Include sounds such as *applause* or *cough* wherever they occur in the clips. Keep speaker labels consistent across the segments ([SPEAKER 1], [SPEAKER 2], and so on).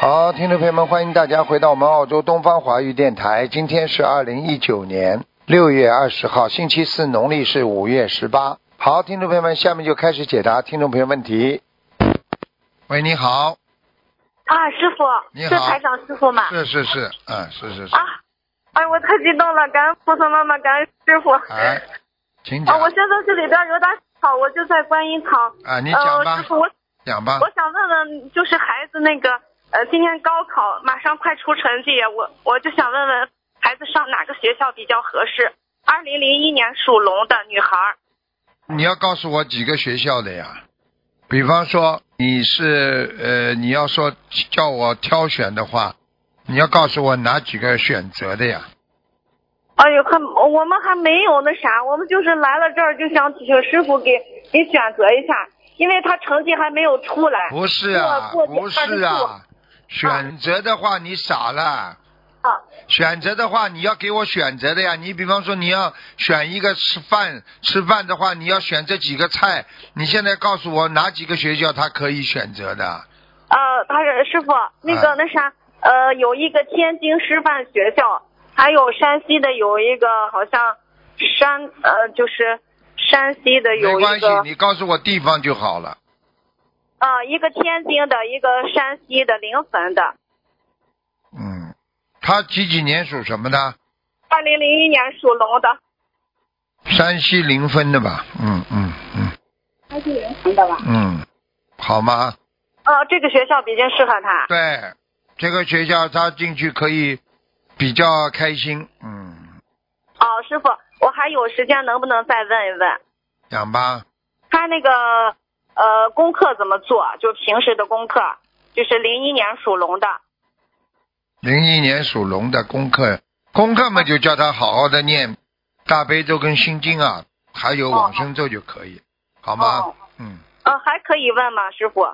[SPEAKER 1] 好，听众朋友们，欢迎大家回到我们澳洲东方华语电台。今天是二零一九年六月二十号，星期四，农历是五月十八。好，听众朋友们，下面就开始解答听众朋友问题。喂，你好，
[SPEAKER 2] 啊，师傅，
[SPEAKER 1] 你
[SPEAKER 2] 是
[SPEAKER 1] 好
[SPEAKER 2] 台长师傅吗？
[SPEAKER 1] 是是是，嗯，是是是，
[SPEAKER 2] 啊，哎，我太激动了，感恩菩萨妈妈，感恩师傅。
[SPEAKER 1] 哎，请
[SPEAKER 2] 啊，
[SPEAKER 1] 讲
[SPEAKER 2] 我现在这里边有点吵，我就在观音堂。
[SPEAKER 1] 啊，你讲
[SPEAKER 2] 呃，
[SPEAKER 1] 吧嗯
[SPEAKER 2] 师，傅，我
[SPEAKER 1] 讲吧，
[SPEAKER 2] 我想问问，就是孩子那个，呃，今天高考马上快出成绩，我我就想问问孩子上哪个学校比较合适？二零零一年属龙的女孩儿，
[SPEAKER 1] 你要告诉我几个学校的呀？比方说你是呃，你要说叫我挑选的话，你要告诉我哪几个选择的呀？
[SPEAKER 2] 哎呦，还我们还没有那啥，我们就是来了这儿就想请师傅给给选择一下，因为他成绩还没有出来。
[SPEAKER 1] 不是啊，
[SPEAKER 2] 过过
[SPEAKER 1] 不是啊，选择的话你傻了。
[SPEAKER 2] 啊，
[SPEAKER 1] 选择的话，你要给我选择的呀。你比方说，你要选一个吃饭，吃饭的话，你要选这几个菜。你现在告诉我哪几个学校他可以选择的？
[SPEAKER 2] 呃，他是师傅，那个
[SPEAKER 1] 啊
[SPEAKER 2] 那啥，呃，有一个天津师范学校，还有山西的有一个好像山呃，就是山西的
[SPEAKER 1] 没
[SPEAKER 2] 有
[SPEAKER 1] 关系
[SPEAKER 2] 一个，
[SPEAKER 1] 你告诉我地方就好了。
[SPEAKER 2] 啊、一个天津的，一个山西的临汾的。
[SPEAKER 1] 嗯，他几几年属什么的？
[SPEAKER 2] 二零零一年属龙的，
[SPEAKER 1] 山西临汾的吧？嗯嗯嗯
[SPEAKER 2] 山西临汾的吧？
[SPEAKER 1] 嗯，好吗？
[SPEAKER 2] 呃，这个学校比较适合他。
[SPEAKER 1] 对，这个学校他进去可以比较开心。嗯，
[SPEAKER 2] 哦，师傅，我还有时间，能不能再问一问
[SPEAKER 1] 讲吧。
[SPEAKER 2] 他那个呃功课怎么做？就平时的功课，就是零一年属龙的。
[SPEAKER 1] 零一年属龙的功课，功课嘛就叫他好好的念大悲咒跟心经啊，还有往生咒就可以，好吗
[SPEAKER 2] 哦？
[SPEAKER 1] 嗯，
[SPEAKER 2] 呃，还可以问吗，师傅？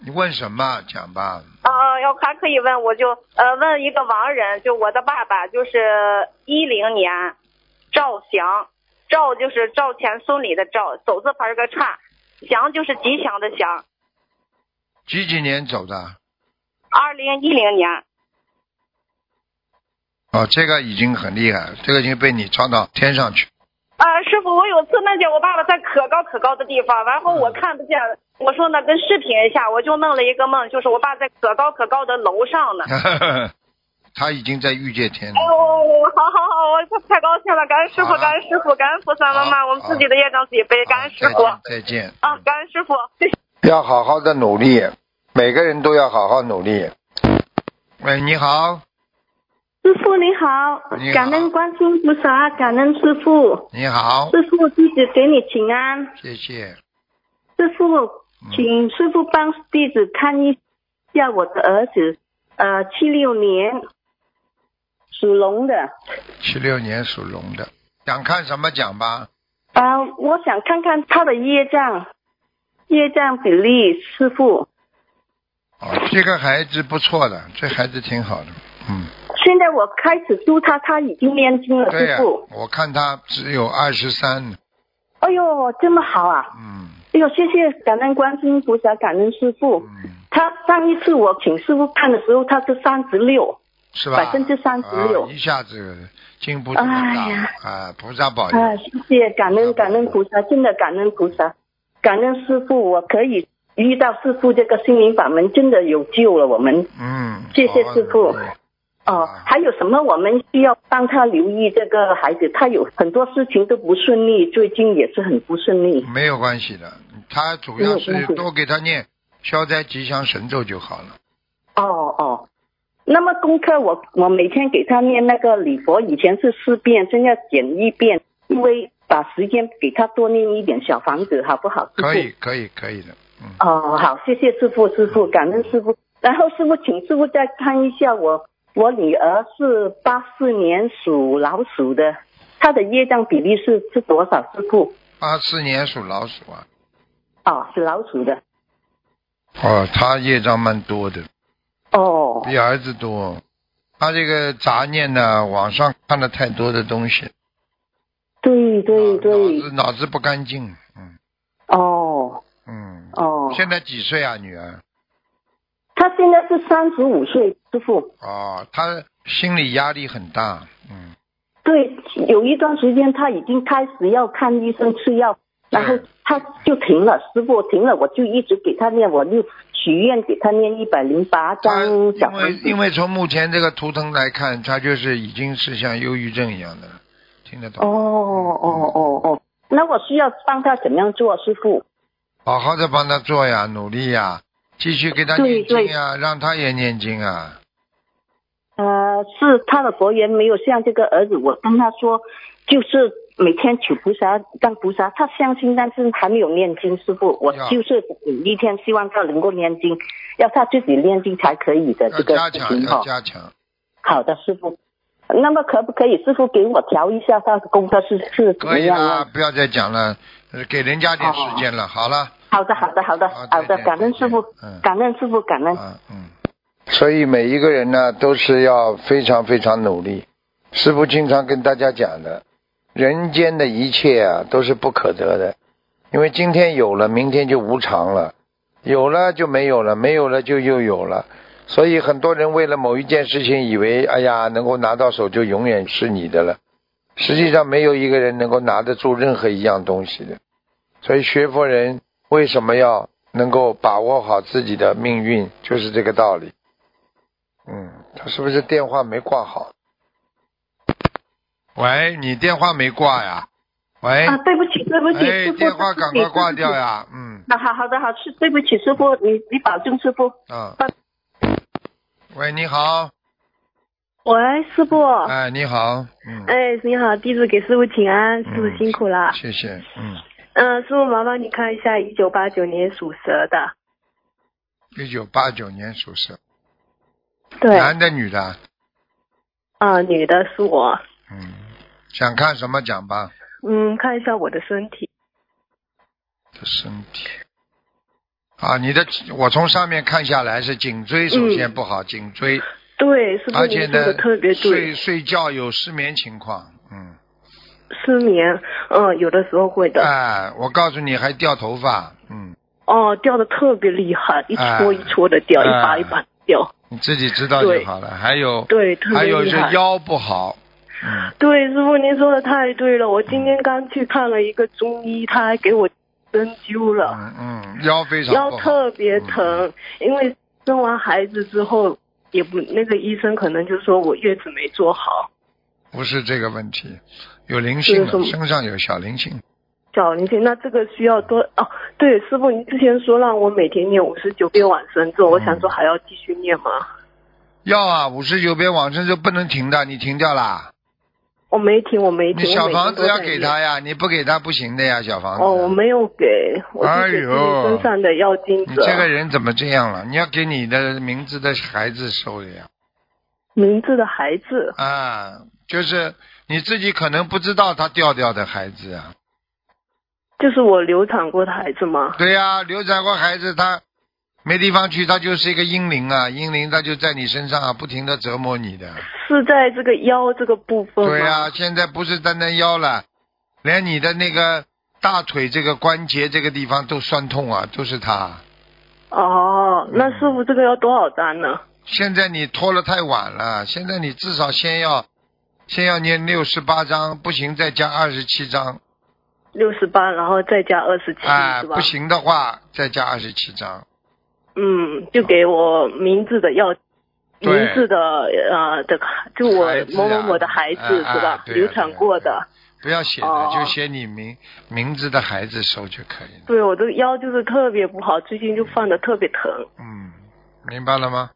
[SPEAKER 1] 你问什么？讲吧。
[SPEAKER 2] 呃呃，要还可以问，我就呃问一个亡人，就我的爸爸，就是一零年，赵翔，赵就是赵钱孙李的赵，走字旁儿个叉，祥就是吉祥的祥。
[SPEAKER 1] 几几年走的？
[SPEAKER 2] 二零一零年，
[SPEAKER 1] 哦，这个已经很厉害了，这个已经被你唱到天上去了。
[SPEAKER 2] 啊，师傅，我有次梦见我爸爸在可高可高的地方，然后
[SPEAKER 1] 嗯
[SPEAKER 2] 我看不见，我说呢跟视频一下，我就弄了一个梦，就是我爸在可高可高的楼上
[SPEAKER 1] 嗯
[SPEAKER 2] 呢。
[SPEAKER 1] *laughs* 他已经在御界天
[SPEAKER 2] 哎
[SPEAKER 1] 了。
[SPEAKER 2] 呦，好好好，我太太高兴了，感恩师
[SPEAKER 1] 好
[SPEAKER 2] 傅，
[SPEAKER 1] 了
[SPEAKER 2] 感恩师傅，感恩菩萨妈妈，
[SPEAKER 1] 好
[SPEAKER 2] 我们自己的业障自己
[SPEAKER 1] 啊
[SPEAKER 2] 背，哎感恩师傅
[SPEAKER 1] 好再见，再见。
[SPEAKER 2] 啊，感恩师傅，谢谢。
[SPEAKER 1] 要好好的努力，每个人都要好好努力。喂，你好，
[SPEAKER 3] 师傅你好，
[SPEAKER 1] 你好
[SPEAKER 3] 感恩观世音菩萨，感恩师傅，
[SPEAKER 1] 你好，
[SPEAKER 3] 师傅弟子给你请安，
[SPEAKER 1] 谢谢。
[SPEAKER 3] 师傅，请师傅帮弟子看一下我的儿子，呃，七六年属龙的，
[SPEAKER 1] 七六年属龙的，想看什么讲吧？
[SPEAKER 3] 啊、
[SPEAKER 4] 呃
[SPEAKER 3] 我想看看他的业障，业障比例，师傅，
[SPEAKER 1] 哦，这个孩子不错的，这孩子挺好的。嗯，
[SPEAKER 3] 现在我开始度他，他已经念经了，
[SPEAKER 1] 对
[SPEAKER 3] 师
[SPEAKER 1] 呀、
[SPEAKER 3] 傅，
[SPEAKER 1] 我看他只有二十三。
[SPEAKER 3] 哎呦，这么好啊，
[SPEAKER 1] 嗯
[SPEAKER 3] 哎呦，谢谢，感恩观世音菩萨，感恩师傅。
[SPEAKER 1] 嗯，
[SPEAKER 3] 他上一次我请师傅看的时候，他是三十六，
[SPEAKER 1] 是吧？
[SPEAKER 3] 百分之36
[SPEAKER 1] 啊一下子进步这么大、
[SPEAKER 3] 哎呀
[SPEAKER 1] 啊！菩萨保佑。
[SPEAKER 3] 啊，谢谢，感恩感恩菩萨，真的感恩菩萨，感恩师傅，我可以遇到师傅这个心灵法门，真的有救了我们。
[SPEAKER 1] 嗯，
[SPEAKER 3] 谢谢
[SPEAKER 1] 好好
[SPEAKER 3] 师傅
[SPEAKER 1] 努力
[SPEAKER 3] 哦、
[SPEAKER 1] 啊
[SPEAKER 3] 还有什么我们需要帮他留意这个孩子？他有很多事情都不顺利，最近也是很不顺利。
[SPEAKER 1] 没有关系的，他主要
[SPEAKER 3] 没
[SPEAKER 1] 是
[SPEAKER 3] 有关系
[SPEAKER 1] 多给他念消灾吉祥神咒就好了。嗯
[SPEAKER 3] 哦哦，那么功课我我每天给他念那个礼佛，以前是四遍，现在减一遍，因为把时间给他多念一点小房子，好不好？师傅
[SPEAKER 1] 可以，嗯可以，可以的。嗯，
[SPEAKER 3] 哦，好，谢谢师傅，师傅感恩师傅。然后师傅，请师傅再看一下我，我女儿是八四年属老鼠的，她的业障比例是是多少？师傅？
[SPEAKER 1] 八四年属老鼠啊，
[SPEAKER 3] 哦，是老鼠的。
[SPEAKER 1] 哦，他业障蛮多的，
[SPEAKER 3] 哦
[SPEAKER 1] 比儿子多。他这个杂念呢，网上看了太多的东西，
[SPEAKER 3] 对对
[SPEAKER 1] 脑
[SPEAKER 3] 对
[SPEAKER 1] 子，脑子不干净。嗯
[SPEAKER 3] 哦
[SPEAKER 1] 嗯，
[SPEAKER 3] 哦，
[SPEAKER 1] 现在几岁啊，女儿？
[SPEAKER 3] 他现在是三十五岁，师傅。
[SPEAKER 1] 哦，他心理压力很大，嗯，
[SPEAKER 3] 对，有一段时间他已经开始要看医生吃药，然后
[SPEAKER 1] 对
[SPEAKER 3] 他就停了。师傅停了，我就一直给他念，我就许愿给他念一百零八
[SPEAKER 1] 他
[SPEAKER 3] 张小
[SPEAKER 1] 因
[SPEAKER 3] 房
[SPEAKER 1] 为
[SPEAKER 3] 子。
[SPEAKER 1] 因为从目前这个图腾来看，他就是已经是像忧郁症一样的了，听得
[SPEAKER 3] 哦
[SPEAKER 1] 懂？
[SPEAKER 3] 哦哦哦，那我需要帮他怎么样做，师傅？
[SPEAKER 1] 好好的帮他做呀，努力呀，继续给他
[SPEAKER 3] 对
[SPEAKER 1] 念经呀，让他也念经啊。
[SPEAKER 3] 呃，是他的佛缘没有像这个儿子，我跟他说，就是每天求菩萨，让菩萨他相信，但是还没有念经。师傅，我
[SPEAKER 1] 要
[SPEAKER 3] 就是每一天希望他能够念经，要他自己念经才可以的
[SPEAKER 1] 要
[SPEAKER 3] 这个
[SPEAKER 1] 加
[SPEAKER 3] 事
[SPEAKER 1] 强，
[SPEAKER 3] 情
[SPEAKER 1] 要
[SPEAKER 3] 哈。
[SPEAKER 1] 加强。
[SPEAKER 3] 好的，师傅。那么可不可以，师傅给我调一下他的功课是是怎
[SPEAKER 1] 可
[SPEAKER 3] 么
[SPEAKER 1] 以
[SPEAKER 3] 样
[SPEAKER 1] 啦，
[SPEAKER 3] 啊？
[SPEAKER 1] 不要再讲了，呃给人家点时间了。好了，
[SPEAKER 3] 好的，好的，好的，
[SPEAKER 1] 好
[SPEAKER 3] 好的，
[SPEAKER 1] 再见
[SPEAKER 3] 感恩师傅
[SPEAKER 1] 再见嗯，
[SPEAKER 3] 感恩师傅，感恩。
[SPEAKER 1] 啊，嗯。所以每一个人呢，都是要非常非常努力。师傅经常跟大家讲的，人间的一切啊，都是不可得的，因为今天有了，明天就无常了，有了就没有了，没有了就又有了。所以很多人为了某一件事情，以为哎呀能够拿到手就永远是你的了，实际上没有一个人能够拿得住任何一样东西的。所以学佛人为什么要能够把握好自己的命运，就是这个道理。嗯，他是不是电话没挂好？喂，你电话没挂呀？喂，
[SPEAKER 3] 啊，对不起，对不起，
[SPEAKER 1] 哎
[SPEAKER 3] 师，傅，
[SPEAKER 1] 电话
[SPEAKER 3] 对
[SPEAKER 1] 赶
[SPEAKER 3] 不起
[SPEAKER 1] 快挂掉。
[SPEAKER 3] 对不起
[SPEAKER 1] 呀！嗯
[SPEAKER 3] 啊，好好的，好，是对不起，师傅，你你保重，师傅。
[SPEAKER 1] 啊。喂，你好，
[SPEAKER 4] 喂，师傅。
[SPEAKER 1] 哎，你好，嗯，
[SPEAKER 4] 哎，你好，弟子给师傅请安，师
[SPEAKER 1] 嗯
[SPEAKER 4] 傅辛苦了。
[SPEAKER 1] 谢谢，嗯，
[SPEAKER 4] 嗯，师傅麻烦你看一下，一九八九年属蛇的，
[SPEAKER 1] 一九八九年属蛇，
[SPEAKER 4] 对，
[SPEAKER 1] 男的女的？
[SPEAKER 4] 啊，女的是我，
[SPEAKER 1] 嗯，想看什么讲吧？
[SPEAKER 4] 嗯，看一下我的身体，
[SPEAKER 1] 的身体。啊，你的我从上面看下来是颈椎首先不
[SPEAKER 4] 嗯
[SPEAKER 1] 好，颈椎，
[SPEAKER 4] 对，师傅
[SPEAKER 1] 而
[SPEAKER 4] 您
[SPEAKER 1] 且
[SPEAKER 4] 说的
[SPEAKER 1] 呢
[SPEAKER 4] 特别对
[SPEAKER 1] 睡，睡觉有失眠情况，嗯，
[SPEAKER 4] 失眠，嗯，有的时候会的，
[SPEAKER 1] 哎，我告诉你还掉头发，嗯，
[SPEAKER 4] 哦，掉的特别厉害，一撮一撮的掉，
[SPEAKER 1] 哎
[SPEAKER 4] 一把一把掉，
[SPEAKER 1] 你自己知道就
[SPEAKER 4] 对
[SPEAKER 1] 好了。还有
[SPEAKER 4] 对，特
[SPEAKER 1] 还
[SPEAKER 4] 别
[SPEAKER 1] 有
[SPEAKER 4] 厉
[SPEAKER 1] 是
[SPEAKER 4] 害。
[SPEAKER 1] 腰不好，嗯，
[SPEAKER 4] 对，师傅您说的太对了，我今天刚去看了一个中医，他还给我针灸了。
[SPEAKER 1] 嗯嗯，腰非常
[SPEAKER 4] 腰
[SPEAKER 1] 不好，
[SPEAKER 4] 特别疼，因为生完孩子之后也不那个医生可能就说我月子没做好，
[SPEAKER 1] 不是这个问题，有灵性
[SPEAKER 4] 是什
[SPEAKER 1] 了，
[SPEAKER 4] 么
[SPEAKER 1] 身上有小灵性，
[SPEAKER 4] 小林姐，那这个需要多哦。对，师傅，你之前说让我每天念五十九遍往生咒，我
[SPEAKER 1] 嗯
[SPEAKER 4] 想说还要继续念吗？
[SPEAKER 1] 要啊，五十九遍往生咒不能停的，你停掉啦，
[SPEAKER 4] 我没停，我没停，
[SPEAKER 1] 你小房子要给
[SPEAKER 4] 我每天都在
[SPEAKER 1] 他呀，你不给他不行的呀，小房
[SPEAKER 4] 念。
[SPEAKER 1] 子。
[SPEAKER 4] 哦，我没有给，我
[SPEAKER 1] 哎
[SPEAKER 4] 是给自
[SPEAKER 1] 呦
[SPEAKER 4] 己身上的药精
[SPEAKER 1] 你
[SPEAKER 4] 者，
[SPEAKER 1] 这个人怎么这样了？你要给你的名字的孩子收的呀！
[SPEAKER 4] 名字的孩子。
[SPEAKER 1] 啊，就是你自己可能不知道他掉掉的孩子啊。
[SPEAKER 4] 就是我流产过的孩子吗？
[SPEAKER 1] 对呀、流产过孩子他没地方去，他就是一个阴灵啊，阴灵他就在你身上啊，不停的折磨你的。
[SPEAKER 4] 是在这个腰这个部分吗？
[SPEAKER 1] 对呀、现在不是单单腰了，连你的那个大腿这个关节这个地方都酸痛啊，都是他。
[SPEAKER 4] 哦，那师傅这个要多少张呢？
[SPEAKER 1] 现在你拖了太晚了，现在你至少先要先要念六十八章，不行再加二十七章，
[SPEAKER 4] 六十八，然后再加二十七，
[SPEAKER 1] 哎，
[SPEAKER 4] 是吧
[SPEAKER 1] 不？行的话再加二十七章，
[SPEAKER 4] 嗯，就给我名字的要，
[SPEAKER 1] 对
[SPEAKER 4] 名字的呃的，就我
[SPEAKER 1] 孩子呀
[SPEAKER 4] 某某某的孩子、
[SPEAKER 1] 哎哎
[SPEAKER 4] 是吧？
[SPEAKER 1] 对呀
[SPEAKER 4] 流产过的，
[SPEAKER 1] 不要写的，
[SPEAKER 4] 哦
[SPEAKER 1] 就写你名名字的孩子收就可以了。
[SPEAKER 4] 对我这个腰就是特别不好，最近就放的特别疼。
[SPEAKER 1] 嗯，明白了吗？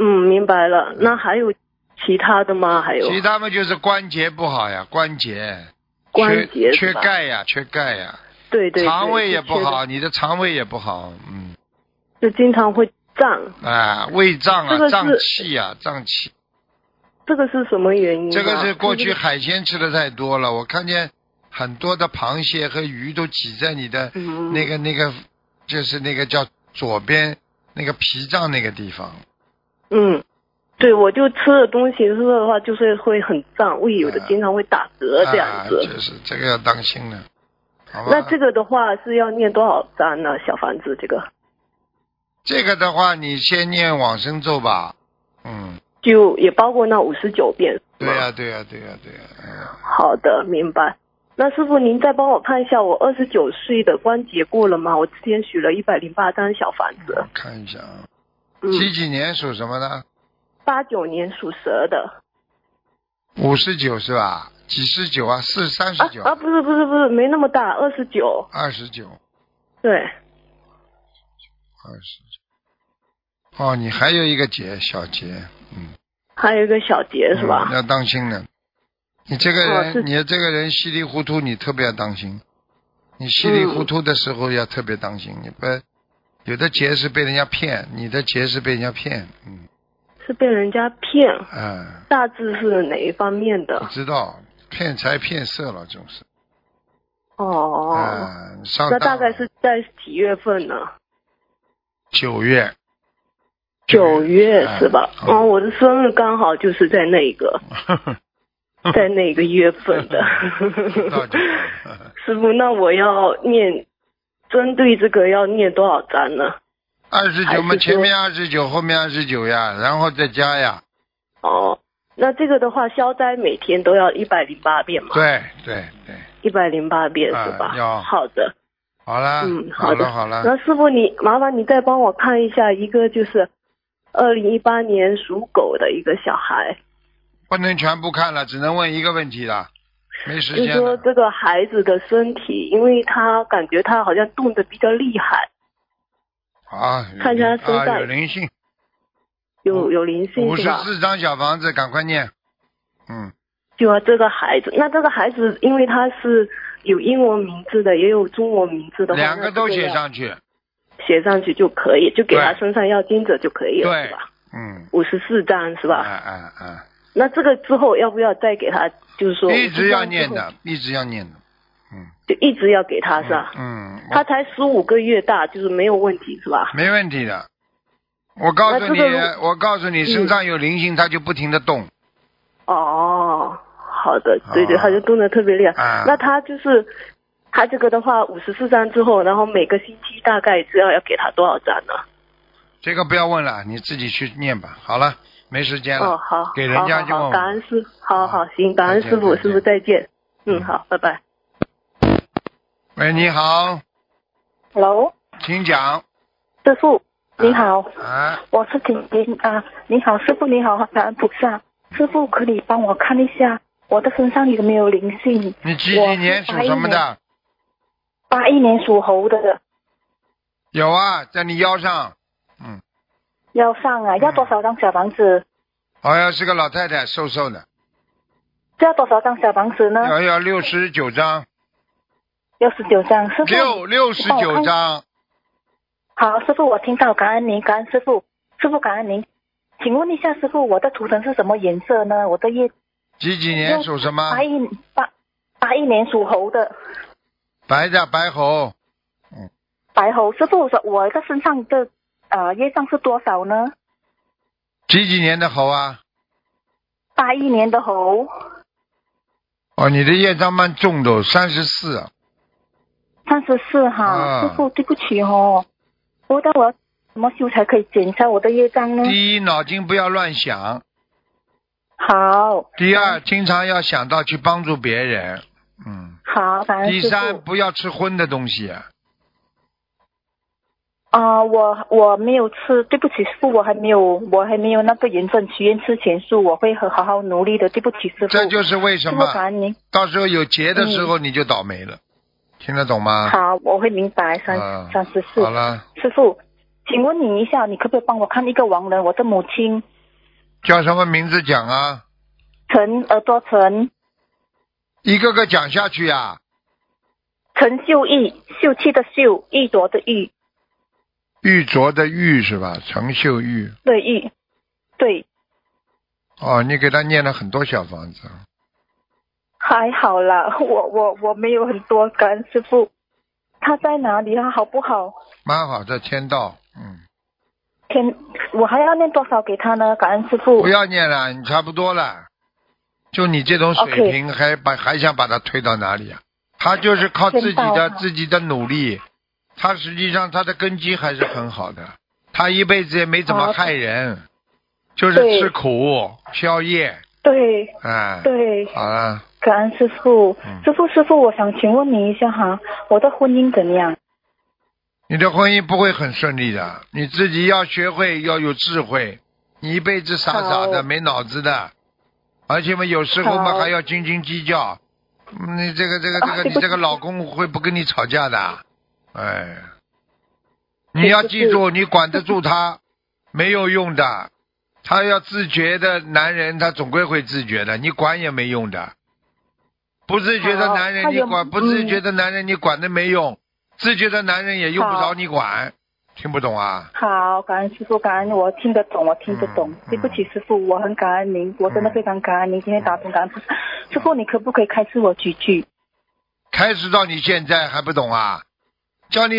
[SPEAKER 4] 嗯，明白了。那还有其他的吗？还有
[SPEAKER 1] 其他嘛就是关节不好呀，关节
[SPEAKER 4] 关节
[SPEAKER 1] 缺
[SPEAKER 4] 是
[SPEAKER 1] 缺
[SPEAKER 4] 吧？
[SPEAKER 1] 钙呀，缺钙呀，
[SPEAKER 4] 对对对，
[SPEAKER 1] 肠胃也
[SPEAKER 4] 就
[SPEAKER 1] 不
[SPEAKER 4] 缺的，
[SPEAKER 1] 好，你的肠胃也不好，嗯，
[SPEAKER 4] 就经常会胀。
[SPEAKER 1] 啊，胃胀
[SPEAKER 4] 这
[SPEAKER 1] 啊，
[SPEAKER 4] 个
[SPEAKER 1] 胀
[SPEAKER 4] 是
[SPEAKER 1] 气呀，胀气。
[SPEAKER 4] 这个是什么原因呢？啊
[SPEAKER 1] 这个是过去
[SPEAKER 4] 就是
[SPEAKER 1] 海鲜吃的太多了，我看见很多的螃蟹和鱼都挤在你的
[SPEAKER 4] 嗯
[SPEAKER 1] 那个、那个，就是那个叫左边那个脾脏那个地方。
[SPEAKER 4] 嗯，对，我就吃的东西吃的话，就是会很胀，胃有的
[SPEAKER 1] 啊
[SPEAKER 4] 经常会打嗝呃这样
[SPEAKER 1] 啊、
[SPEAKER 4] 子。
[SPEAKER 1] 就是这个要当心了，好吧？
[SPEAKER 4] 那这个的话是要念多少章呢？小房子这个
[SPEAKER 1] 这个的话，你先念往生咒吧。嗯，
[SPEAKER 4] 就也包括那五十九遍。
[SPEAKER 1] 对呀、对呀、对呀、对呀、嗯
[SPEAKER 4] 好的，明白。那师傅，您再帮我看一下，我二十九岁的关节过了吗？我之前许了一百零八张小房子
[SPEAKER 1] 我，看一下啊，
[SPEAKER 4] 嗯，
[SPEAKER 1] 几几年属什么呢？
[SPEAKER 4] 八九年属蛇的，
[SPEAKER 1] 五十九是吧？几十九啊？四三十
[SPEAKER 4] 啊
[SPEAKER 1] 九？
[SPEAKER 4] 啊，不是不是不是，没那么大，二十九，
[SPEAKER 1] 二十九，
[SPEAKER 4] 对，
[SPEAKER 1] 二十九。哦，你还有一个结，小结，嗯，
[SPEAKER 4] 还有一个小节是吧
[SPEAKER 1] 嗯？要当心了。你这个
[SPEAKER 4] 哦
[SPEAKER 1] 人，
[SPEAKER 4] 是
[SPEAKER 1] 你这个人稀里糊涂，你特别要当心。你稀里糊涂的时候要特别当
[SPEAKER 4] 嗯
[SPEAKER 1] 心，你不有的劫是被人家骗，你的劫是被人家骗，嗯
[SPEAKER 4] 是被人家骗，
[SPEAKER 1] 啊，
[SPEAKER 4] 大致是哪一方面
[SPEAKER 1] 不
[SPEAKER 4] 的？
[SPEAKER 1] 知道骗财骗色了，总是
[SPEAKER 4] 哦，
[SPEAKER 1] 嗯啊，上
[SPEAKER 4] 那
[SPEAKER 1] 当
[SPEAKER 4] 大概
[SPEAKER 1] 了
[SPEAKER 4] 是在几月份呢？
[SPEAKER 1] 九月，
[SPEAKER 4] 九月是吧？
[SPEAKER 1] 嗯。
[SPEAKER 4] 哦，我的生日刚好就是在那个，在那个月份的
[SPEAKER 1] *laughs* 到九月，
[SPEAKER 4] *laughs* 师傅，那我要念，针对这个要念多少章呢？
[SPEAKER 1] 二十
[SPEAKER 4] 还
[SPEAKER 1] 九
[SPEAKER 4] 是
[SPEAKER 1] 嘛，前
[SPEAKER 4] 说
[SPEAKER 1] 面二十九，后面二十九呀，然后再加呀，
[SPEAKER 4] 哦，那这个的话，消灾每天都要一百零八遍嘛，
[SPEAKER 1] 对对对，
[SPEAKER 4] 一百零八遍是吧
[SPEAKER 1] 啊？要
[SPEAKER 4] 好的，
[SPEAKER 1] 好了，
[SPEAKER 4] 嗯，
[SPEAKER 1] 好
[SPEAKER 4] 的，
[SPEAKER 1] 了好了，
[SPEAKER 4] 那师傅你麻烦你再帮我看一下一个就是二零一八年属狗的一个小孩，
[SPEAKER 1] 不能全部看了，只能问一个问题了，没时
[SPEAKER 4] 就
[SPEAKER 1] 间
[SPEAKER 4] 说
[SPEAKER 1] 了。
[SPEAKER 4] 这个孩子的身体，因为他感觉他好像冻得比较厉害，
[SPEAKER 1] 啊，有
[SPEAKER 4] 看一下
[SPEAKER 1] 灵
[SPEAKER 4] 身
[SPEAKER 1] 啊，
[SPEAKER 4] 上
[SPEAKER 1] 有灵性，
[SPEAKER 4] 有有灵性
[SPEAKER 1] 哦五
[SPEAKER 4] 是
[SPEAKER 1] 十
[SPEAKER 4] 吧？
[SPEAKER 1] 四张小房子，赶快念。嗯，
[SPEAKER 4] 就啊，这个孩子，那这个孩子因为他是有英文名字的，也有中文名字的话，
[SPEAKER 1] 两
[SPEAKER 4] 那
[SPEAKER 1] 个
[SPEAKER 4] 这
[SPEAKER 1] 都写
[SPEAKER 4] 要
[SPEAKER 1] 上去。
[SPEAKER 4] 写上去就可以，就给他
[SPEAKER 1] 对
[SPEAKER 4] 身上要金者就可以了，
[SPEAKER 1] 对
[SPEAKER 4] 是吧？
[SPEAKER 1] 嗯，
[SPEAKER 4] 五十四张是
[SPEAKER 1] 哎
[SPEAKER 4] 吧？
[SPEAKER 1] 哎哎，
[SPEAKER 4] 那这个之后要不要再给他？就是说
[SPEAKER 1] 一直要
[SPEAKER 4] 53
[SPEAKER 1] 念
[SPEAKER 4] 之后，
[SPEAKER 1] 的，一直要念的。嗯，
[SPEAKER 4] 就一直要给啊他是吧？
[SPEAKER 1] 嗯，我
[SPEAKER 4] 他才十五个月大，就是没有问题是吧？
[SPEAKER 1] 没问题的。我告诉
[SPEAKER 4] 那
[SPEAKER 1] 你
[SPEAKER 4] 这个，嗯
[SPEAKER 1] 我告诉你，身上有灵性，它就不停的动。
[SPEAKER 4] 哦，好的，对对，
[SPEAKER 1] 啊
[SPEAKER 4] 他就动得特别厉害。
[SPEAKER 1] 啊
[SPEAKER 4] 那他就是他这个的话，五十四张之后，然后每个星期大概只要要给他多少张呢？
[SPEAKER 1] 这个不要问了，你自己去念吧。好了，没时间
[SPEAKER 4] 哦，
[SPEAKER 1] 了，
[SPEAKER 4] 好，
[SPEAKER 1] 给人家就
[SPEAKER 4] 好好
[SPEAKER 1] 问
[SPEAKER 4] 好感恩师，好好行，感恩
[SPEAKER 1] 再
[SPEAKER 4] 师
[SPEAKER 1] 见
[SPEAKER 4] 傅，
[SPEAKER 1] 再
[SPEAKER 4] 师傅
[SPEAKER 1] 见
[SPEAKER 4] 再见。嗯，好，拜拜。
[SPEAKER 1] 喂，你好，
[SPEAKER 5] Hello，
[SPEAKER 1] 请讲。
[SPEAKER 5] 师傅你好，
[SPEAKER 1] 啊，
[SPEAKER 5] 我是婷婷啊。你好，师傅你好，感恩菩萨。师傅，可以帮我看一下我的身上有没有灵性？
[SPEAKER 1] 你几几年属什么的？
[SPEAKER 5] 八一年属猴的，
[SPEAKER 1] 有啊，在你腰上。嗯。
[SPEAKER 5] 要上啊，要多少张小房子？
[SPEAKER 1] 好像是个老太太，瘦瘦的，
[SPEAKER 5] 要多少张小房子呢？
[SPEAKER 1] 要要六十九张，
[SPEAKER 5] 六十九张，哦哎师傅。
[SPEAKER 1] 六六十九张，
[SPEAKER 5] 好，师傅，我听到，感恩您，感恩师傅，师傅感恩您。请问一下，师傅，我的图腾是什么颜色呢？我的业
[SPEAKER 1] 几几年属什么
[SPEAKER 5] 八？一八八一年属猴的
[SPEAKER 1] 白的白猴，
[SPEAKER 5] 白猴。师傅，我我的身上的呃业障是多少呢？
[SPEAKER 1] 几几年的猴啊？
[SPEAKER 5] 八一年的猴，
[SPEAKER 1] 哦，你的业障蛮重的，哦三十四，
[SPEAKER 5] 三十四
[SPEAKER 1] 啊
[SPEAKER 5] 哈，师傅对不起哦，不但我要怎么修才可以减下我的业障呢？
[SPEAKER 1] 第一脑筋不要乱想，
[SPEAKER 5] 好，
[SPEAKER 1] 第二经常要想到去帮助别人，嗯，
[SPEAKER 5] 好，感恩
[SPEAKER 1] 第
[SPEAKER 5] 哎师
[SPEAKER 1] 三
[SPEAKER 5] 傅。
[SPEAKER 1] 不要吃荤的东西，
[SPEAKER 5] 啊、我我没有吃，对不起师傅，我还没有，我还没有那个缘分许愿吃前素，我会很好好努力的，对不起师傅。
[SPEAKER 1] 这就是为什
[SPEAKER 5] 师傅感
[SPEAKER 1] 么
[SPEAKER 5] 恩您。
[SPEAKER 1] 到时候有劫的时候你就倒霉了，听得懂吗？
[SPEAKER 5] 好，我会明白三
[SPEAKER 1] 啊
[SPEAKER 5] 三十四
[SPEAKER 1] 好。了，
[SPEAKER 5] 师傅，请问你一下，你可不可以帮我看一个亡人？我的母亲
[SPEAKER 1] 叫什么名字讲啊？
[SPEAKER 5] 陈耳朵陈
[SPEAKER 1] 一个个讲下去啊呀、
[SPEAKER 5] 陈秀义，秀气的秀，玉镯的玉。
[SPEAKER 1] 玉镯的玉是吧？程秀玉。
[SPEAKER 5] 对，玉，对，
[SPEAKER 1] 哦，你给他念了很多小房子。
[SPEAKER 5] 还好啦， *laughs* 我我我没有很多，感恩师傅。他在哪里啊？好不好？
[SPEAKER 1] 蛮好，在天道。嗯，
[SPEAKER 5] 天，我还要念多少给他呢？感恩师傅
[SPEAKER 1] 不。要念了，你差不多了。就你这种水平，还把还想把他推到哪里啊？他就是靠自己
[SPEAKER 5] 天道
[SPEAKER 1] 的
[SPEAKER 5] 啊
[SPEAKER 1] 自己的努力，他实际上他的根基还是很好的。他一辈子也没怎么
[SPEAKER 5] 哦
[SPEAKER 1] 害人，就是
[SPEAKER 5] 对
[SPEAKER 1] 吃苦宵夜，
[SPEAKER 5] 对
[SPEAKER 1] 哎，
[SPEAKER 5] 对，
[SPEAKER 1] 好了，
[SPEAKER 5] 感恩师傅
[SPEAKER 1] 嗯。
[SPEAKER 5] 师傅，师傅，我想请问你一下哈，我的婚姻怎样？
[SPEAKER 1] 你的婚姻不会很顺利的，你自己要学会要有智慧，你一辈子傻傻的
[SPEAKER 5] 好
[SPEAKER 1] 没脑子的，而且嘛有时候嘛
[SPEAKER 5] 好
[SPEAKER 1] 还要斤斤计较，嗯你这个这个
[SPEAKER 5] 啊
[SPEAKER 1] 这个、
[SPEAKER 5] 对
[SPEAKER 1] 你
[SPEAKER 5] 不
[SPEAKER 1] 这个
[SPEAKER 5] 起
[SPEAKER 1] 老公会不跟你吵架的，哎，
[SPEAKER 5] 对
[SPEAKER 1] 你要
[SPEAKER 5] 就是
[SPEAKER 1] 记住，你管得住他没有用的，他要自觉的男人，他总归会自觉的，你管也没用的。不自觉的
[SPEAKER 5] 好
[SPEAKER 1] 男人
[SPEAKER 5] 他
[SPEAKER 1] 你
[SPEAKER 5] 有嗯
[SPEAKER 1] 管，不自觉的男人你管的没用，自觉的男人也用不着
[SPEAKER 5] 好
[SPEAKER 1] 你管，听不懂啊？
[SPEAKER 5] 好，感恩师傅，感恩我听得懂，我听得懂。
[SPEAKER 1] 嗯嗯
[SPEAKER 5] 对不起，师傅，我很感恩您，我真的
[SPEAKER 1] 嗯
[SPEAKER 5] 非常感恩您今天打通感恩菩萨。师傅，你可不可以开示我几句？
[SPEAKER 1] 开始到你现在还不懂啊？叫你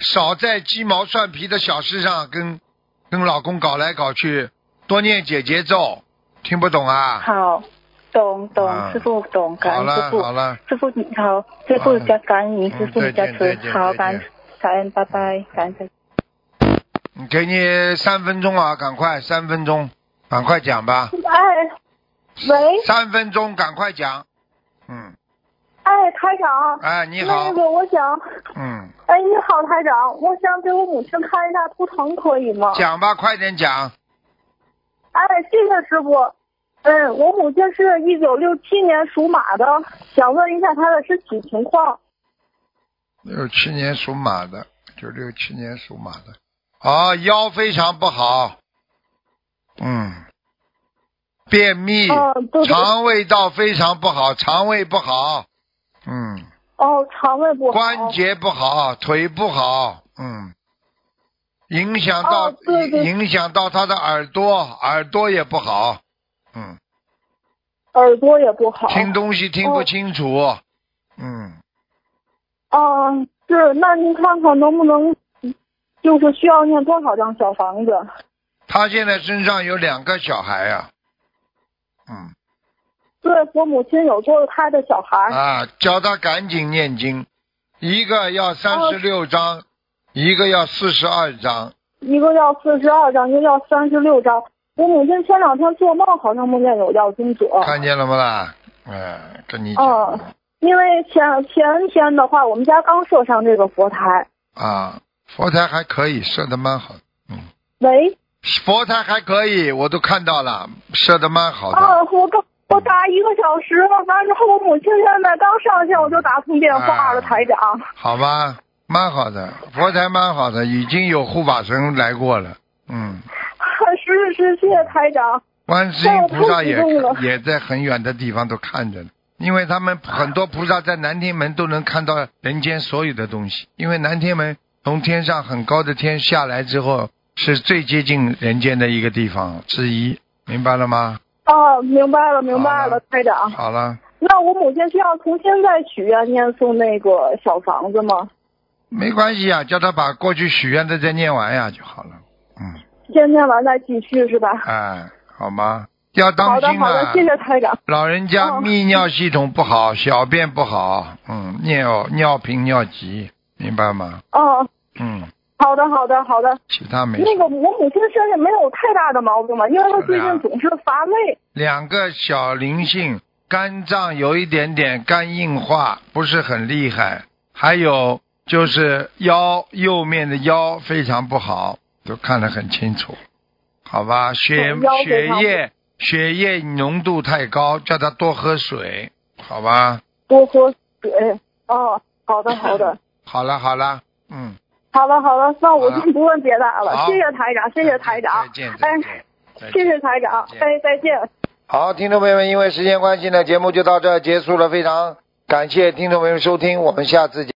[SPEAKER 1] 少在鸡毛蒜皮的小事上跟跟老公搞来搞去，多念姐姐咒，听不懂啊？
[SPEAKER 5] 好，懂懂
[SPEAKER 1] 啊，
[SPEAKER 5] 师傅懂，感
[SPEAKER 1] 好
[SPEAKER 5] 恩
[SPEAKER 1] 了
[SPEAKER 5] 师傅
[SPEAKER 1] 好。了，
[SPEAKER 5] 师傅你好，师傅加感恩您，
[SPEAKER 1] 嗯
[SPEAKER 5] 师傅你加
[SPEAKER 1] 再见
[SPEAKER 5] 持
[SPEAKER 1] 再见，
[SPEAKER 5] 好，
[SPEAKER 1] 再见
[SPEAKER 5] 感恩感恩，拜拜，感恩再见。
[SPEAKER 1] 给你三分钟啊，赶快三分钟，赶快讲吧，
[SPEAKER 6] 哎，喂，
[SPEAKER 1] 三分钟赶快讲，嗯，
[SPEAKER 6] 哎，台长，
[SPEAKER 1] 哎你好
[SPEAKER 6] 那，个我想，
[SPEAKER 1] 嗯，
[SPEAKER 6] 哎，你好，台长，我想给我母亲看一下图腾，可以吗？
[SPEAKER 1] 讲吧，快点讲，
[SPEAKER 6] 哎，谢谢师傅。嗯，我母亲是一九六七年属马的，想问一下她的身体情况。
[SPEAKER 1] 六七年属马的，九六七年属马的，啊，腰非常不好，嗯，便秘，
[SPEAKER 6] 嗯，对对。
[SPEAKER 1] 肠胃道非常不好，肠胃不好，嗯，
[SPEAKER 6] 哦，肠胃不好。
[SPEAKER 1] 关节不好，腿不好，嗯，影响到、
[SPEAKER 6] 哦对对
[SPEAKER 1] 影响到他的耳朵，耳朵也不好，嗯，
[SPEAKER 6] 耳朵也不好。
[SPEAKER 1] 听东西听不
[SPEAKER 6] 哦
[SPEAKER 1] 清楚，嗯。
[SPEAKER 6] 嗯，是，那您看看能不能，就是需要念多少张小房子？
[SPEAKER 1] 他现在身上有两个小孩呀、嗯
[SPEAKER 6] 对我母亲有堕胎的小孩儿。
[SPEAKER 1] 啊，叫他赶紧念经，一个要三
[SPEAKER 6] 哦
[SPEAKER 1] 十六章，一个要四十二章，
[SPEAKER 6] 一个要四十二张，一个要三十六张。我母亲前两天做梦，好像梦见有要经者。
[SPEAKER 5] 哦
[SPEAKER 1] 看见了吗啦？哎，跟你讲、
[SPEAKER 6] 哦因为前前天的话，我们家刚设上这个佛台。
[SPEAKER 1] 啊，佛台还可以，设的蛮好，嗯，
[SPEAKER 6] 喂，
[SPEAKER 1] 佛台还可以，我都看到了，设的蛮好的。
[SPEAKER 5] 哦
[SPEAKER 6] 啊，我刚我打一个小时了，完之后我母亲现在刚上线，我就打通电话了，
[SPEAKER 1] 啊
[SPEAKER 6] 台长。 *laughs*
[SPEAKER 1] 好吧，蛮好的，佛台蛮好的，已经有护法神来过了，嗯，
[SPEAKER 6] 是是是，谢谢台长。
[SPEAKER 1] 观世音菩萨也
[SPEAKER 6] 哦太激动了
[SPEAKER 1] 也在很远的地方都看着呢，因为他们很多菩萨在南天门都能看到人间所有的东西，因为南天门从天上很高的天下来之后，是最接近人间的一个地方之一，明白了吗？
[SPEAKER 6] 啊，明白了，明
[SPEAKER 1] 好
[SPEAKER 6] 白
[SPEAKER 1] 了
[SPEAKER 6] 了，台长。
[SPEAKER 1] 好了，
[SPEAKER 6] 那我母亲需要重新再许愿念诵那个小房子吗？
[SPEAKER 1] 没关系啊，叫他把过去许愿的再念完呀、就好了，嗯，
[SPEAKER 6] 今天完再继续是吧？
[SPEAKER 1] 哎，好吗？要
[SPEAKER 6] 好
[SPEAKER 1] 当
[SPEAKER 6] 的，
[SPEAKER 1] 心
[SPEAKER 6] 好的，
[SPEAKER 1] 啊
[SPEAKER 6] 谢！谢台长。
[SPEAKER 1] 老人家
[SPEAKER 6] 哦
[SPEAKER 1] 泌尿系统不好，小便不好，嗯，尿尿频尿急，明白吗？
[SPEAKER 6] 哦，
[SPEAKER 1] 嗯。
[SPEAKER 6] 好的，好的，好的。
[SPEAKER 1] 其他没什么。
[SPEAKER 6] 那个，我母亲身上没有太大的毛病吧，因为她最
[SPEAKER 1] 啊
[SPEAKER 6] 近总是乏累。
[SPEAKER 1] 两个小灵性，肝脏有一点点肝硬化，不是很厉害。还有就是腰右面的腰非常不好，都看得很清楚，好吧？血
[SPEAKER 6] 嗯腰
[SPEAKER 1] 血
[SPEAKER 6] 非常不
[SPEAKER 1] 液血液浓度太高，叫他多喝水，好吧？
[SPEAKER 6] 多喝水。哦，好
[SPEAKER 1] *laughs*
[SPEAKER 6] 的，好的，
[SPEAKER 1] 好了好了，嗯，
[SPEAKER 6] 好了，好了，那我
[SPEAKER 1] 好了
[SPEAKER 6] 先不问别的了
[SPEAKER 1] 好，
[SPEAKER 6] 谢谢台长，谢谢台长，
[SPEAKER 1] 再见再
[SPEAKER 6] 哎，
[SPEAKER 1] 见，再
[SPEAKER 6] 谢
[SPEAKER 1] 见
[SPEAKER 6] 谢台长
[SPEAKER 1] 再，见
[SPEAKER 6] 哎，再见。
[SPEAKER 1] 好，听众朋友们，因为时间关系呢，节目就到这儿结束了。非常感谢听众朋友们收听，我们下次见。